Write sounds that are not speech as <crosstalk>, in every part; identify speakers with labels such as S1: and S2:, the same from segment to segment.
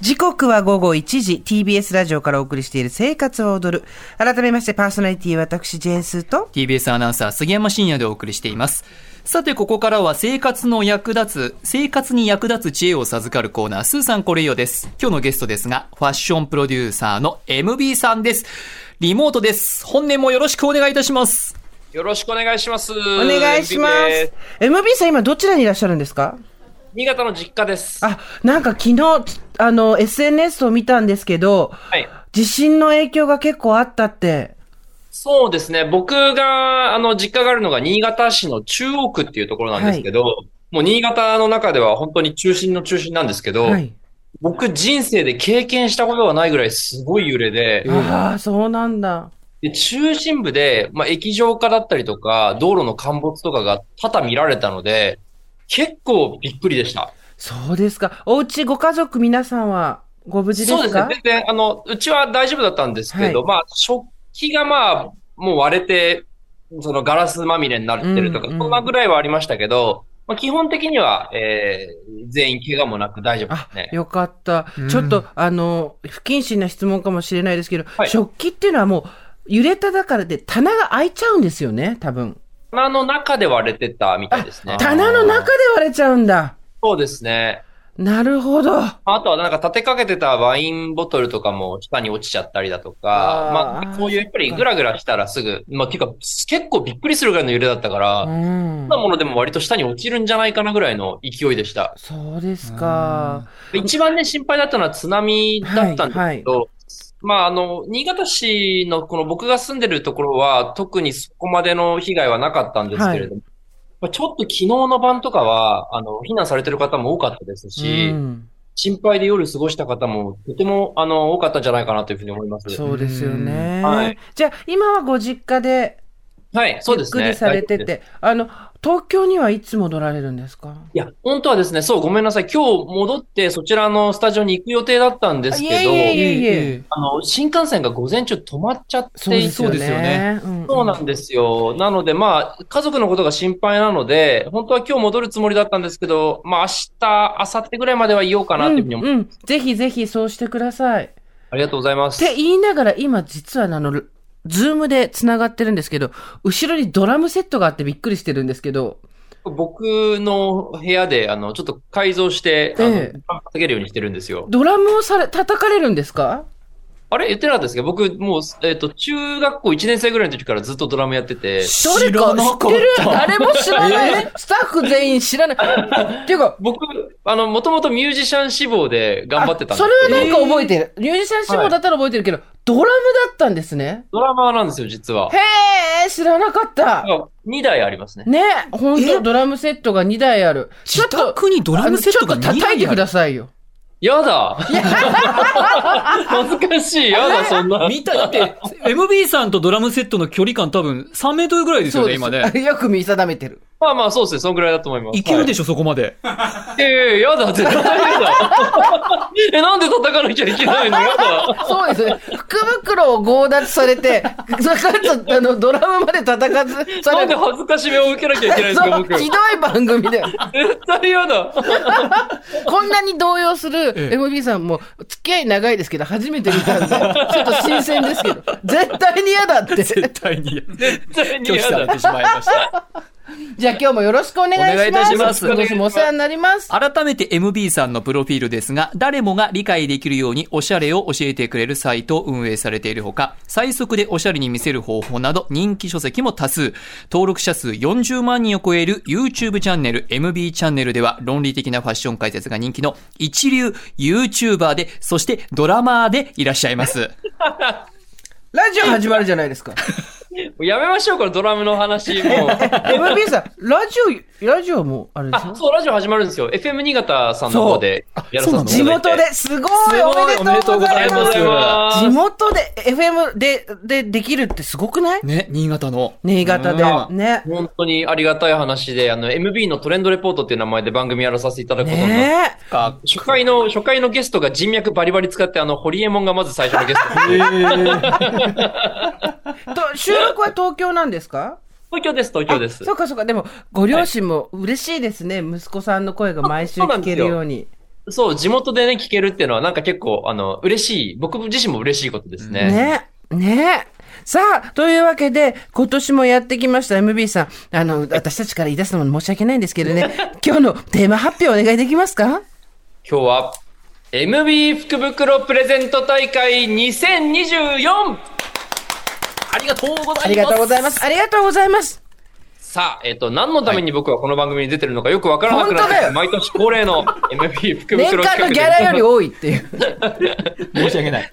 S1: 時刻は午後1時、TBS ラジオからお送りしている生活は踊る。改めましてパーソナリティ私、ジェーンスーと。
S2: TBS アナウンサー杉山深也でお送りしていますさてここからは生活の役立つ生活に役立つ知恵を授かるコーナースーさんこれよです今日のゲストですがファッションプロデューサーの MB さんですリモートです本年もよろしくお願いいたします
S3: よろしくお願いします。お
S1: お願いします。MB さん今どちらにいらっしゃるんですか
S3: 新潟の実家です。
S1: あ、なんか昨日、あの、SNS を見たんですけど、
S3: はい。
S1: 地震の影響が結構あったって。
S3: そうですね。僕が、あの、実家があるのが新潟市の中央区っていうところなんですけど、もう新潟の中では本当に中心の中心なんですけど、
S1: はい。
S3: 僕人生で経験したことがないぐらいすごい揺れで、
S1: ああ、そうなんだ。
S3: で中心部で、まあ、液状化だったりとか、道路の陥没とかが多々見られたので、結構びっくりでした。
S1: そうですか。お家ご家族皆さんはご無事ですか
S3: そうですね。全然、あの、うちは大丈夫だったんですけど、
S1: は
S3: まあ、食器がまあ、もう割れて、そのガラスまみれになってるとか、
S1: うんうん
S3: そんなぐらいはありましたけど、まあ、基本的には、えー全員怪我もなく大丈夫で
S1: あ
S3: すね。
S1: よかった
S2: うん。
S1: ちょっと、あの、不謹慎な質問かもしれないですけど、
S3: はい
S1: 食器っていうのはもう、揺れただからで棚が開いちゃうんですよね、多分。
S3: 棚の中で割れてたみたいですね
S2: あ。
S1: 棚の中で割れちゃうんだ。
S3: そうですね。
S1: なるほど。
S3: あとはなんか立てかけてたワインボトルとかも下に落ちちゃったりだとか、
S1: あー
S3: まあ、そういうやっぱりグラグラしたらすぐ、まあ、ていうか、結構びっくりするぐらいの揺れだったから、
S1: うん
S3: どんなものでも割と下に落ちるんじゃないかなぐらいの勢いでした。
S1: そうですか。
S3: 一番ね、心配だったのは津波だったんですけど、まあ、あの、新潟市のこの僕が住んでるところは、特にそこまでの被害はなかったんですけれども、まあちょっと昨日の晩とかは、あの、避難されてる方も多かったですし、
S1: うん
S3: 心配で夜過ごした方もとても、あの、多かったんじゃないかなというふうに思います。
S1: そうですよね。
S3: うんはい
S1: じゃあ、今はご実家で、
S3: はい、そ
S1: ゆ
S3: うで
S1: っ
S3: す
S1: く
S3: ね。
S1: りされて
S3: 大丈夫です。
S1: て、あの、東京にはいつ戻られるんですか
S3: いや、本当はですね、そう、ごめんなさい。今日戻って、そちらのスタジオに行く予定だったんですけど、
S1: あいえいえいえ
S3: あの、新幹線が午前中止まっちゃって
S1: そうですよ
S2: そうですよ
S1: ね
S2: ね。
S1: うん
S3: そうなんですよ。なので、まあ、家族のことが心配なので、本当は今日戻るつもりだったんですけど、まあ、明日、明後日ぐらいまでは言おうかなっていうふうに思
S1: うんうんぜひぜひそうしてください。っ
S3: ありがとうございます。
S1: て言いながら今実はあの、ズームで繋がってるんですけど、後ろにドラムセットがあってびっくりしてるんですけど、
S3: 僕の部屋で、あの、ちょっと改造して、あの、
S1: ええ
S3: 時間稼げるようにしてるんですよ。
S1: ドラムをされ、叩かれるんですか
S3: あれ言ってなかったですけど、僕、もう、えっ、と、中学校1年生ぐらいの時からずっとドラムやってて、
S1: 誰か知ってる誰も知らない。スタッフ全員知らない。っていうか、
S3: 僕、あの、もともとミュージシャン志望で頑張ってたんです
S1: それは
S3: けど、
S1: なんか覚えてる。ミュージシャン志望だったら覚えてるけど、ドラムだったんですね。
S3: ドラマーなんですよ、実は。
S1: へえ、知らなかった。
S3: 2台ありますね。
S1: ね、本当
S2: え
S1: ドラムセットが2台ある。ちょっ
S2: 自
S1: と、
S2: 宅にドラムセットが
S1: あのちょっと叩いてくださいよ。<laughs>
S3: やだ恥ずかしい、やだ、そんな。
S2: 見た、だって、MB さんとドラムセットの距離感多分3メートルぐらいですよね、今ね。
S1: ね。よく見定めてる。
S3: まあまあ、そうですね、そんぐらいだと思います。
S2: いけるで
S3: し
S2: しょ、そこまで。
S3: ょ、い、やいや、やだ、絶対やだ。 <laughs> え、なんで叩かなきゃいけないのやだ。
S1: そうですね。福袋を強奪されて、それからつあの、ドラムまで叩かずさ
S3: な
S1: れ
S3: んで
S1: る。
S3: 恥ずかしめを受けなきゃいけないんです
S1: そ
S3: か、
S1: う
S3: 僕。
S1: ひどい番組で、
S3: 絶対やだ。
S1: こんなに動揺する
S2: ええ
S1: MB さんも、付き合い長いですけど、初めて見たんで、ちょっと新鮮ですけど、絶対に嫌だって。
S2: 絶対に。
S3: 絶対に
S2: 拒否
S3: や
S2: され
S3: だ
S2: て。しまいました。
S1: じゃあ今日もよろしくお願い
S2: お願い
S1: し
S2: いたし
S1: ま。
S2: ますす
S1: 今年もお世話になります。
S2: 改めて MB さんのプロフィールですが、誰もが理解できるようにおしゃれを教えてくれるサイトを運営されているほか、最速でおしゃれに見せる方法など人気書籍も多数。登録者数40万人を超える YouTube チャンネル MB チャンネルでは論理的なファッション解説が人気の一流 YouTuber で、そしてドラマーでいらっしゃいます。
S1: ラジオ始まるじゃないですか。
S3: やめましょう、このドラムの話。も
S1: <laughs>
S3: う。
S1: MB さん、ラジオ、ラジオもあれです
S3: あ、
S1: よ。
S3: そう、ラジオ始まるんですよ。FM 新潟さんの方でやらさせて
S1: 地
S3: いただいて。
S1: 元ですごい
S2: すごい
S1: おめでとうござい
S3: ありがと
S1: ま
S3: う
S1: す
S3: ござい。ます。
S1: 地元で、FM で、で、できるってすごくない
S2: ね、新潟の。
S1: 新潟で。
S2: うん
S1: ね。
S3: 本当にありがたい話で、あの、MB のトレンドレポートっていう名前で番組やらさせていただくことになって、
S1: ね
S2: か
S3: 初回の、初回のゲストが人脈バリバリ使って、あの、ホリエモンがまず最初のゲストで。
S1: え。と、収録は東京なんですか
S3: 東京です、東京です。
S1: そうかそうか。でも、ご両親も嬉しいですね。息子さんの声が毎週聞けるように。
S3: そう、地元でね、聞けるっていうのは、なんか結構、あの、嬉しい、僕自身も嬉しいことですね。
S1: ね。ね。さあ、というわけで、今年もやってきました、MB さん。あの、私たちから言い出すのも申し訳ないんですけど <laughs> ね、今日のテーマ発表お願いできますか
S3: 今日は、MB 福袋プレゼント大会 2024! ありがとうございます。
S1: ありがとうございます。ありがとうございます。
S3: さあ、えっ、と、何のために僕はこの番組に出てるのかよくわからなくなって、はい、毎年恒例の MB 福
S1: 袋企画年間のギャラより多いっていう。
S2: 申し訳ない。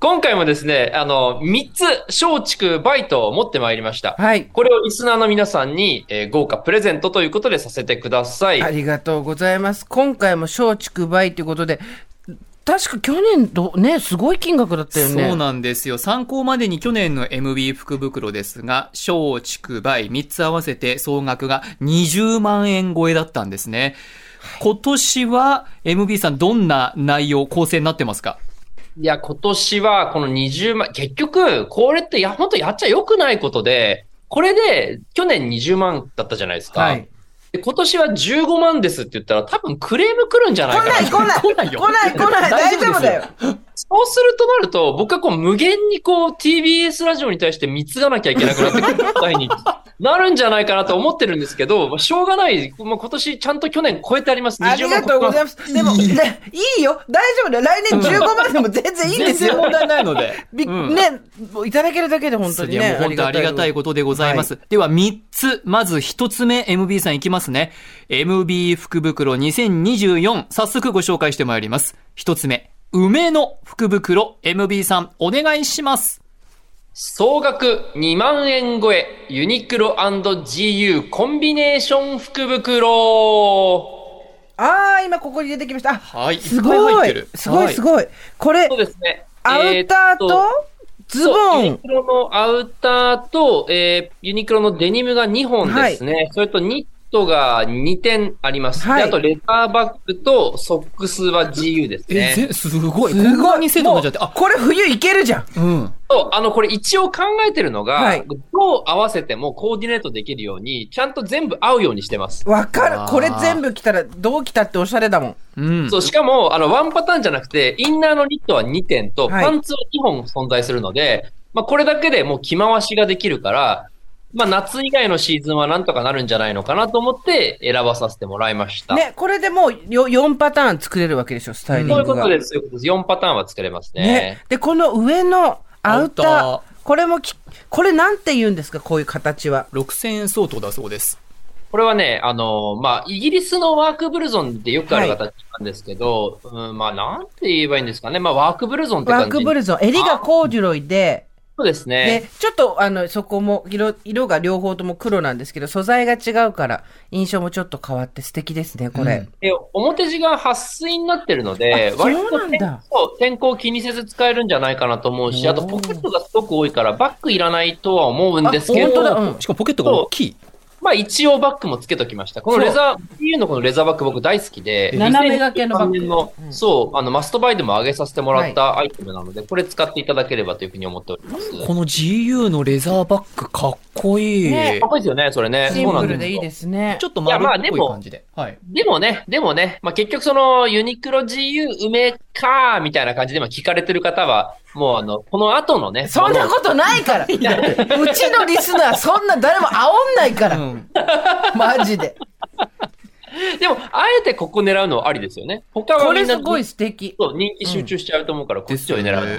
S3: 今回もですね、あの、3つ松竹バイトを持ってまいりました。
S1: はい。
S3: これをリスナーの皆さんに、えー、豪華プレゼントということでさせてください。
S1: ありがとうございます。今回も松竹バイということで、確か去年ど、ね、すごい金額だったよね。
S2: そうなんですよ。参考までに去年の MB 福袋ですが、小、畜、倍、3つ合わせて総額が20万円超えだったんですね。今年は MB さんどんな内容、構成になってますか
S3: いや、今年はこの20万、結局、これってや、本当やっちゃ良くないことで、これで去年20万だったじゃないですか。はい今年は15万ですって言ったら、多分クレーム来るんじゃないかな。
S1: 来ない、来ない。来ないよ、来ない、
S3: <laughs>
S1: 来ない。大丈夫だよ。
S3: そうするとなると、僕はこう無限にこう TBS ラジオに対して貢がなきゃいけなくなってくる際になるんじゃないかなと思ってるんですけど、しょうがない。まあ、今年ちゃんと去年超えてあります。
S1: ありがとうございます。でも、ね、いいよ。大丈夫だよ。来年15万でも全然いいんですよ。
S2: 問題ないので。
S1: うん、ね、いただけるだけで本当にね。
S2: 本当ありがたいことでございます。はい、では3つ。まず1つ目、MB さんいきます。ますね。MB 福袋2024、早速ご紹介してまいります。一つ目、梅の福袋 MB さん、お願いします。
S3: 総額2万円超え、ユニクロ &GU コンビネーション福袋。
S1: ああ、今ここに出てきました。
S2: はい、
S1: すごい。すごい、すごい。これ、
S3: そうですね。
S1: アウターと、ズボン
S3: ユニクロのアウターと、えー、ユニクロのデニムが2本ですね。はい、それとニットが2点あります。はい、あと、レターバッグとソックスは GU ですね。
S2: え、すごい。すごい。セットになっちゃって。あ、
S1: これ冬いけるじゃん。
S2: うん。
S3: そう、あの、これ一応考えてるのが、はい、どう合わせてもコーディネートできるように、ちゃんと全部合うようにしてます。
S1: わかる。これ全部着たら、どう着たっておしゃれだもん。
S3: うん。そう、しかも、あの、ワンパターンじゃなくて、インナーのニットは2点と、パンツは2本存在するので、はい、まあ、これだけでもう着回しができるから、まあ、夏以外のシーズンはなんとかなるんじゃないのかなと思って選ばさせてもらいました。
S1: ね、これでもう 4, パターン作れるわけでしょ、スタイリング
S3: が。そういうことです。そういうことです。4パターンは作れますね。ね
S1: で、この上のアウター、ターこれもき、これなんて言うんですか、こういう形は。
S2: 6000円相当だそうです。
S3: これはね、あの、まあ、イギリスのワークブルゾンでよくある形なんですけど、はい、うん、まあ、なんて言えばいいんですかね。まあ、ワークブルゾンって感
S1: じ。ワークブルゾン。襟がコーデュロイで、
S3: そうですね。
S1: で、ちょっと、あの、そこも、色、色が両方とも黒なんですけど、素材が違うから、印象もちょっと変わって素敵ですね、これ。
S3: え、うん、表地が撥水になってるので、
S1: 割と天
S3: 候天候気にせず使えるんじゃないかなと思うし、あとポケットがすごく多いから、バッグいらないとは思うんですけど。
S2: 本当だ、うん、しかもポケットが大きい。
S3: まあ一応バッグもつけときました。このレザー、EU のこのレザーバッグ僕大好きで、
S1: 斜め掛けのバッグ
S3: の、うん、そう、あの、マストバイでも上げさせてもらったアイテムなので、これ使っていただければというふうに思っております。
S2: この GU のレザーバッグかっこいい。
S3: ね、かっこいいですよね、それね。
S1: シンプルでいいですね。
S2: ちょっと丸っぽい感じで。
S3: はい。でもね、でもね、まあ結局そのユニクロ GU 梅かーみたいな感じで今聞かれてる方は、もうあの、この後のね。
S1: そんなことないから <laughs> うちのリスナー、そんな誰も煽んないから。うん、マジで。
S3: でも、あえてここ狙うのはありですよね。他は
S1: これすごい素敵。
S3: そう、人気集中しちゃうと思うから、こっちを狙うのもあり、うんね。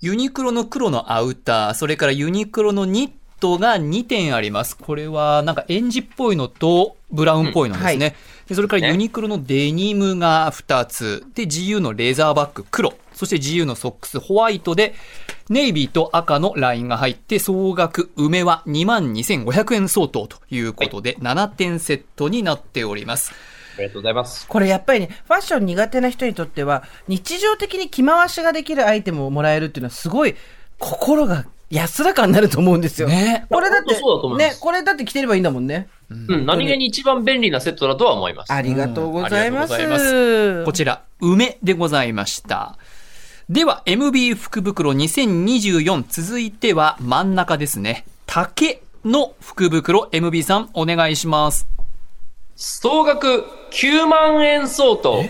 S2: ユニクロの黒のアウター、それからユニクロのニットが2点あります。これは、なんかエンジっぽいのと、ブラウンっぽいのですね。うんはい、でそれからユニクロのデニムが2つ、で、GU のレザーバッグ黒、そして GU のソックスホワイトで、ネイビーと赤のラインが入って、総額梅は22,500円相当ということで、7点セットになっております。
S3: ありがとうございます。
S1: これやっぱりね、ファッション苦手な人にとっては、日常的に着回しができるアイテムをもらえるっていうのはすごい心が安らかになると思うんですよ。
S2: ね。
S1: これだって、ね、これだって着てればいいんだもんね。
S3: うん、うん、何気に一番便利なセットだとは思います。
S1: ありがとうございます。うん、ます
S2: こちら、梅でございました。では、MB 福袋2024、続いては真ん中ですね。竹の福袋、MB さん、お願いします。
S3: 総額9万円相当。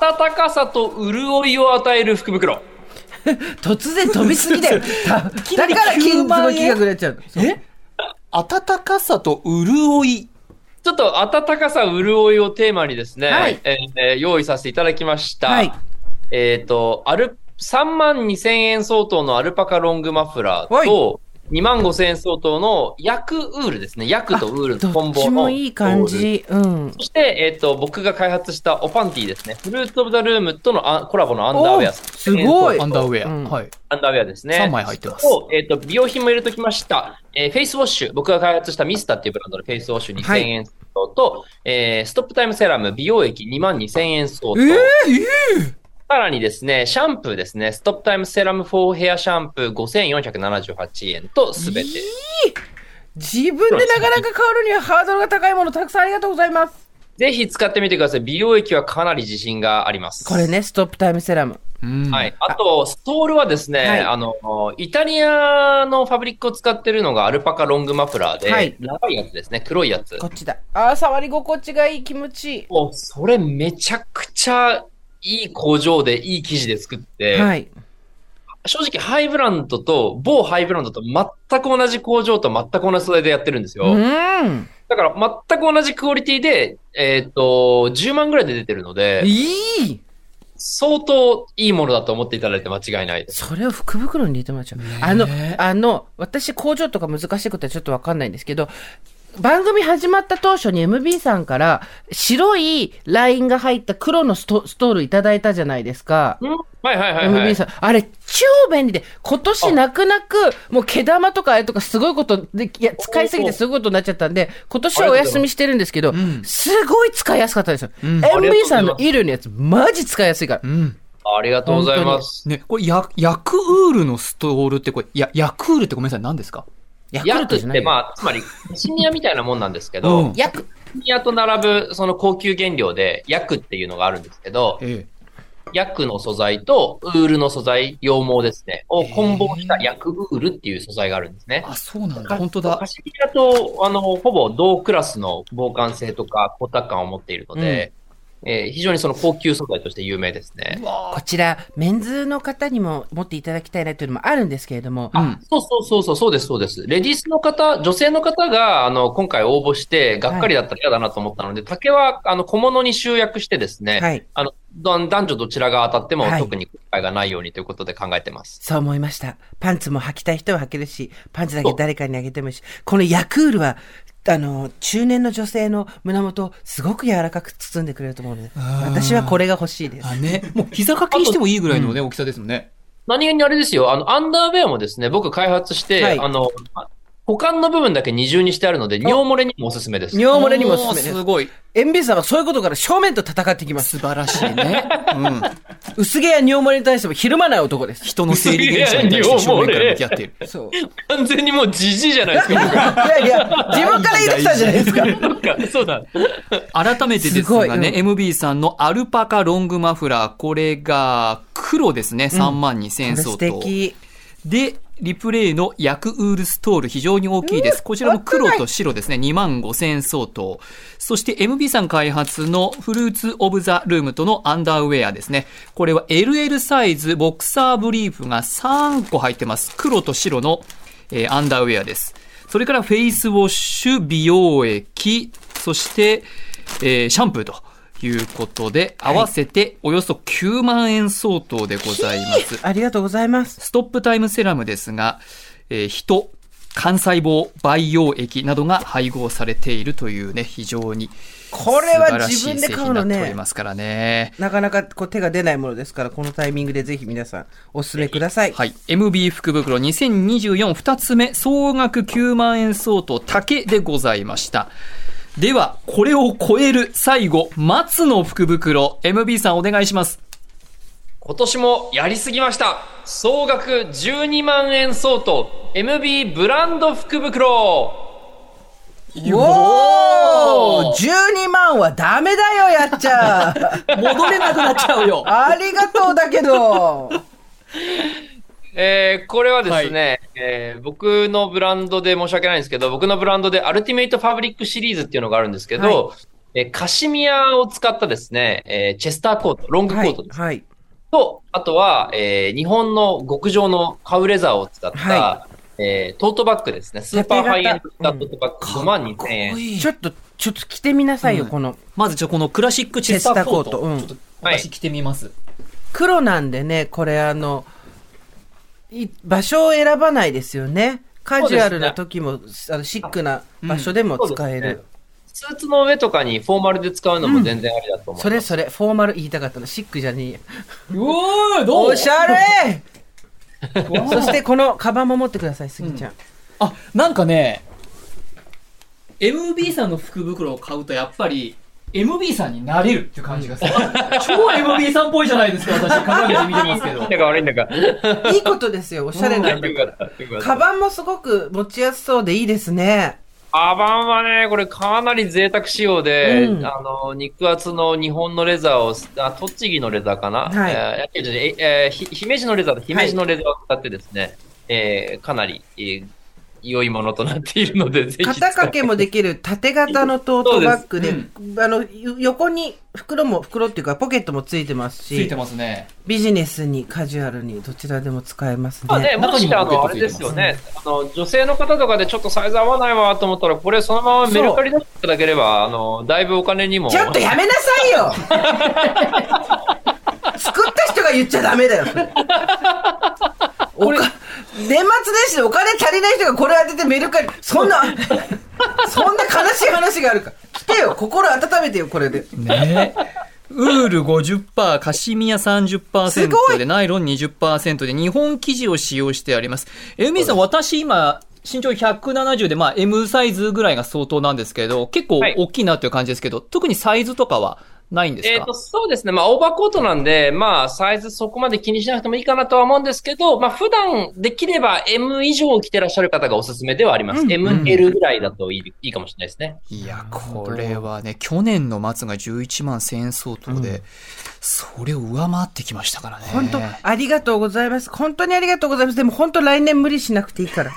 S3: 暖かさと潤いを与える福袋。
S1: 突然飛びすぎだよ。だだから金
S2: 9
S1: すご
S2: 万円
S1: い企画になっち <laughs> ゃう。え
S2: 暖かさと潤い。
S3: ちょっと暖かさ、潤いをテーマにですね、
S1: はい
S3: えーえー用意させていただきました。
S1: はい
S3: えっ、と、アル、3万2千円相当のアルパカロングマフラーと、2万5千円相当のヤクウールですね。ヤクとウール
S1: ど
S3: のコン
S1: っ
S3: ボ
S1: ち
S3: の。
S1: もいい感。じ。うん。
S3: そして、えっ、と、僕が開発したオパンティですね。フルーツオブザルームとのあコラボのアンダーウェア。
S1: おすごい
S2: アンダーウェア。
S1: うん
S2: はい。
S3: アンダーウェアですね。
S2: 三枚入ってます
S3: と、えっ、と、美容品も入れときました。えーフェイスウォッシュ。僕が開発したミスタっていうブランドのフェイスウォッシュ2000円相当と、えーストップタイムセラム、美容液2万2000円相当。
S1: えー
S3: さらにですね、シャンプーですね。ストップタイムセラム4ヘアシャンプー5478円とすべて。
S1: 自分でなかなか買うのにはハードルが高いものたくさんありがとうございます。
S3: ぜひ使ってみてください。美容液はかなり自信があります。
S1: これね、ストップタイムセラム。
S2: うん
S3: はい。あと、ストールはですね、
S1: はい
S3: あの、イタリアのファブリックを使ってるのがアルパカロングマフラーで、
S1: はい
S3: 長いやつですね、黒いやつ。
S1: こっちだ。ああ、触り心地がいい、気持ちいい。
S3: もう、それめちゃくちゃいい工場でいい生地で作って、
S1: はい。
S3: 正直ハイブランドと某ハイブランドと全く同じ工場と全く同じ素材でやってるんです
S1: う
S3: よ。
S1: ーん。
S3: だから全く同じクオリティで、えーっと、10万ぐらいで出てるので、
S1: いい
S3: 相当いいものだと思っていただいて間違いないです。
S1: それを福袋に入れてもらっちゃう。あの、あの、私工場とか難しいことはちょっとわかんないんですけど、番組始まった当初に MB さんから白いラインが入った黒のストストールいただいたじゃないですか。
S3: うんはいはいはい、はい
S1: MB さん。あれ、超便利で、今年泣く泣く、もう毛玉とかあれとかすごいことで、いや、使いすぎてすごいことになっちゃったんで、今年はお休みしてるんですけど、すごい使いやすかったですよ。MB さんの衣類のやつ、マジ使いやすいから
S2: う。ん。
S3: ありがとうございます。
S2: ね、これ、ヤヤクウールのストールって、これ、やヤクウールってごめんなさい、何ですか
S1: ヤク
S3: ヤ
S1: ル
S3: ク
S1: ト
S3: っ
S1: じゃない
S3: て、
S1: よ。
S3: まあ、つまり、シニアみたいなもんなんですけど、
S2: うん
S1: ヤク。
S3: シニアと並ぶ、その高級原料で、ヤクっていうのがあるんですけど、
S2: え
S3: ヤクの素材とウールの素材、羊毛ですね、を混紡したヤクウールっていう素材があるんですね
S2: え。。あ、そうなんだ。本当だ
S3: カ。シミヤと、あの、ほぼ同クラスの防寒性とか光沢感を持っているので、えー非常にその高級素材として有名ですね。
S1: こちら、メンズの方にも持っていただきたいなというのもあるんですけれども、
S2: うん。
S3: そうそうそうそう、そうです、そうです。レディースの方、女性の方が、あの、今回応募して、がっかりだったら嫌だなと思ったので、竹は、あの、小物に集約してですね、
S1: はい
S3: あの、どん男女どちらが当たっても、
S1: はい
S3: 特に後悔がないようにということで考えてます。
S1: そう思いました。パンツも履きたい人は履けるし、パンツだけ誰かにあげてもいいし、このヤクールは、あの、中年の女性の胸元をすごく柔らかく包んでくれると思うので、私はこれが欲しいです
S2: あ、。ね。もう、膝掛けにしてもいいぐらいのね、大きさですもんね。
S3: 何気にあれですよ、あの、アンダーウェアもですね、僕開発して、
S1: はい
S3: あの、あ股間の部分だけ二重にしてあるので、尿漏れにもおすすめです。
S1: 尿漏れにもおすすめです
S2: おーごい。
S1: エンビさんはそういうことから正面と戦ってきます。
S2: 素晴らしいね。うん。
S1: 薄毛や尿漏れに対してもひるまない男です。
S2: 人の生理現象に対して正面から向き合っている。
S1: そう。
S3: 完全にもうじじいじゃないです <laughs>
S1: い
S3: か。
S1: やいや、自分から言い出したんじゃないですか。
S3: 僕なんかそうだ。
S2: 改めてです
S1: すごい
S2: が
S1: うん
S2: ね、MB さんのアルパカロングマフラー、これが黒ですね、3万2000円相
S1: 素
S2: 当。
S1: 敵。
S2: で、リプレイのヤクウールストール非常に大きいです。こちらも黒と白ですね。2万5千円相当。そして MB さん開発のフルーツオブザルームとのアンダーウェアですね。これは LL サイズボクサーブリーフが3個入ってます。黒と白の、えーアンダーウェアです。それからフェイスウォッシュ、美容液、そして、えーシャンプーと。いうことで、合わせておよそ9万円相当でございます。
S1: ありがとうございます。
S2: ストップタイムセラムですが、えー、人、幹細胞、培養液などが配合されているというね、非常に
S1: これは自分で買うの
S2: 素晴らしい製品になっており
S1: ね。
S2: ますからね。
S1: なかなかこう手が出ないものですから、このタイミングでぜひ皆さんお勧めください。
S2: はい。MB 福袋2024二つ目、総額9万円相当、竹でございました。では、これを超える最後、松の福袋、MB さんお願いします。
S3: 今年もやりすぎました。総額12万円相当、MB ブランド福袋。
S1: おお !12 万はダメだよ、やっち
S2: <laughs>
S1: ゃう
S2: 戻れなくなっちゃ
S1: <laughs>
S2: うよ。
S1: ありがとうだけど
S3: えー、これはですね、えー僕のブランドで申し訳ないんですけど、僕のブランドでアルティメイトファブリックシリーズっていうのがあるんですけど、えーカシミヤを使ったですね、えーチェスターコート、ロングコートです、
S1: はい。
S3: と、あとは、えー日本の極上のカウレザーを使った、
S1: は
S3: えートートバッグですね。スーパーハイエンド
S1: 縦型
S3: トートバッグ5万2000円。
S2: い
S1: ちょっと、ちょっと着てみなさいよ、
S2: うん
S1: この。
S2: まずじゃあこのクラシックチェスターコート。
S1: チェスターコートうん
S2: ちょっと私着てみます。
S1: 黒なんでね、これあの、い場所を選ばないですよね。カジュアルな時も、あのシックな場所でも使える。
S3: うんそうですねスーツの上とかにフォーマルで使うのも全然ありだと思う。
S1: それそれ、フォーマル言いたかったの。シックじゃねえよ。
S2: うおーどう
S1: おしゃれそしてこのカバンも持ってください、スギちゃん。
S2: あ、なんかね、MB さんの福袋を買うとやっぱり、MB さんになれるっていう感じがする。あ <laughs> 超 MB さんっぽいじゃないですか、私、鏡で見てますけ <laughs> ど。
S3: が悪いんだか。
S1: いいことですよ、おしゃれなんだから。カバンもすごく持ちやすそうでいいですね。
S3: <laughs> カバンはね、これかなり贅沢仕様で、
S1: うん
S3: あの、肉厚の日本のレザーを、あ、栃木のレザーか
S1: は
S3: な
S1: い
S3: えーええーひ姫路のレザーだ、姫路のレザーを使ってですね、えーかなり、えー良いものとなっているので、ぜひ使って。
S1: 肩掛けもできる縦型のトートバッグで、
S2: そうで
S1: あの、ゆ横に袋も、袋っていうかポケットもついてます
S2: つい
S1: し、
S2: てますね。
S1: ビジネスにカジュアルにどちらでも使えます
S3: まあ
S1: ね。
S3: ね、もし
S2: 中に
S3: あ
S2: も
S3: の、
S2: ポ
S3: あ
S2: ケット
S3: れ
S2: ついてます
S3: ですよね。あの、女性の方とかでちょっとサイズ合わないわと思ったら、これそのままメルカリ出していただければ、あの、だいぶお金にも。
S1: ちょっとやめなさい
S3: <laughs>
S1: よ作った人が言っちゃダメだよ、それ。おか年末年始でお金足りない人がこれ当ててメルカリ、そんな、 <laughs> そんな悲しい話があるか。来てよ、心温めてよ、これで。
S2: ねウール50%、カシミヤ
S1: す
S2: 30%
S1: ご
S2: で、ナイロン20%で、日本生地を使用してあります。MB さん、私今、身長170で、まあ、M サイズぐらいが相当なんですけど、結構
S3: はい
S2: 大きいなという感じですけど、特にサイズとかはないんですか、
S3: えっ、と、そうですね。まあ、オーバーコートなんで、まあ、サイズそこまで気にしなくてもいいかなとは思うんですけど、まあ、普段できれば M 以上を着てらっしゃる方がおすすめではあります。ML ぐらいだといいいいかもしれないですね。
S2: いや、これはね、去年の末が11万1000円相当で、それを上回ってきましたからね。
S1: 本当、ありがとうございます。本当にありがとうございます。でも本当来年無理しなくていいから。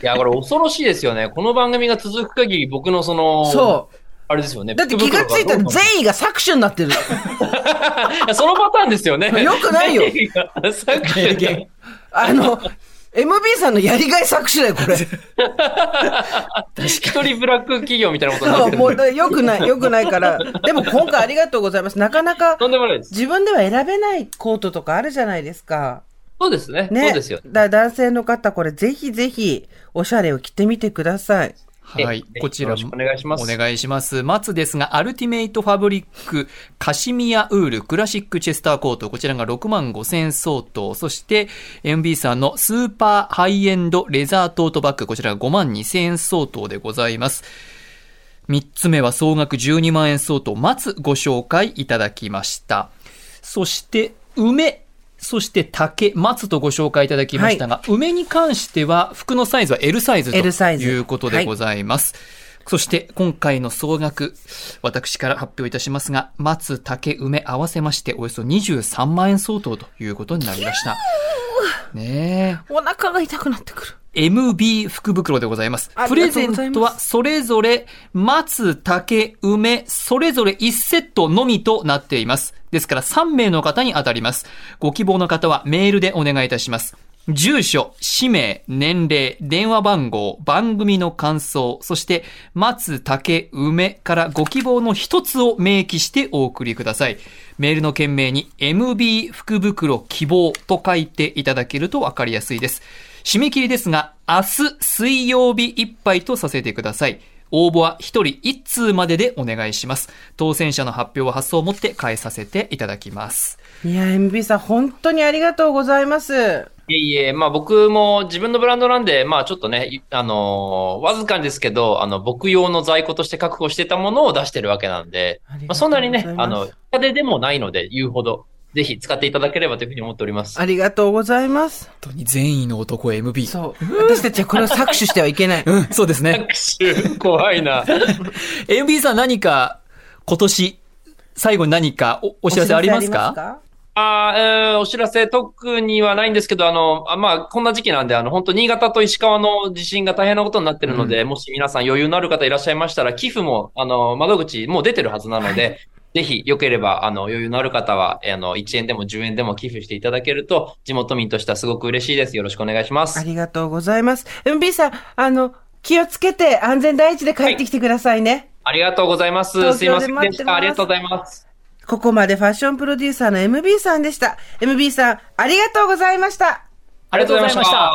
S3: いや、これ恐ろしいですよね。 <laughs> この番組が続く限り、僕のその、
S1: そう。
S3: あれですよね。
S1: だって気がついたら
S3: 福袋がどんどん
S1: 善意が搾取になってる。
S3: いやそのパ <laughs> ターンですよね。
S1: よくない
S3: <laughs>
S1: よ。
S3: さっき
S2: 名言
S1: あの、MB さんのやりがい搾取だよ、これ。
S3: 一人ブラック企業みたいなことになっ
S1: そ
S3: て
S1: う、
S3: る
S1: もう、よくない、よくないから。でも今回ありがとうございます。なかなか
S3: とんでもないです。
S1: 自分では選べないコートとかあるじゃないですか。
S3: そうですね。
S1: ね。
S3: そうですよね。
S1: だ男性の方、これぜひぜひ、おしゃれを着てみてください。
S2: はい
S3: え。
S2: こち
S3: よ
S2: ら
S3: ろし
S2: も
S3: くお願いします。
S2: お願いします。松ですが、アルティメイトファブリック、カシミヤウール、クラシックチェスターコート、こちらが6万5千相当。そして、MB さんのスーパーハイエンドレザートートバッグ、こちらが5万2千円相当でございます。3つ目は総額12万円相当、松ご紹介いただきました。そして、梅。そして竹、松とご紹介いただきましたが、梅に関しては服のサイズは L サイズと
S1: L サイズ
S2: いうことでございます。そして今回の総額、私から発表いたしますが、松、竹、梅合わせましておよそ23万円相当ということになりました。ね
S1: お腹が痛くなってくる。
S2: え。MB 福袋でございます
S1: あ。り
S2: プ
S1: がと
S2: レ
S1: う
S2: ゼ
S1: ございます
S2: ントはそれぞれ松、竹、梅、それぞれ1セットのみとなっています。ですから3名の方に当たります。ご希望の方はメールでお願いいたします。住所、氏名、年齢、電話番号、番組の感想、そして、松、竹、梅からご希望の一つを明記してお送りください。メールの件名に MB 福袋希望と書いていただけるとわかりやすいです。締め切りですが、明日水曜日いっぱいとさせてください。応募は1人1通まででお願いします。当選者の発表は発送をもって返させていただきます。
S1: いや、MB さん、本当にありがとうございます。
S3: いえいえ、まあ僕も自分のブランドなんで、まあちょっとね、いあのーわずかにですけど、あの、僕用の在庫として確保してたものを出してるわけなんで、
S1: ありがとう
S3: まあそんなにね
S1: ござい、ます
S3: あの、痛手でもないので、言うほど、ぜひ使っていただければというふうに思っております。
S1: ありがとうございます。
S2: 本当に善意の男 MB。そ
S1: そう。私たちはこれを搾取してはいけ
S3: <laughs>
S1: ない。
S2: うん、そうです <laughs> ね。
S3: 拍手怖いな。
S2: MB さん何か今年最後に何かおお知らせありますか
S1: お知らせあり
S3: あえー、お知らせ、特にはないんですけど、あの、あまあ、こんな時期なんで、あの、本当新潟と石川の地震が大変なことになってるので、もし皆さん余裕のある方いらっしゃいましたら、寄付も、あの、窓口、もう出てるはずなので、ぜひ、よければ、あの、余裕のある方は、あの、1円でも10円でも寄付していただけると、地元民としてはすごく嬉しいです。よろしくお願いしま
S1: あ
S3: す。
S1: りがとうございます。MB さん、あの、気をつけて安全第一で帰ってきてくださいね。
S3: ありがとうございます。
S1: 東
S3: すいませ
S1: 京で
S3: ん
S1: 待
S3: で
S1: っ
S3: して
S1: ます
S3: た。ありがとうございます。
S1: ここまでファッションプロデューサーの MB さんでした。MB さん、ありがとうございました。
S3: ありがとうございました。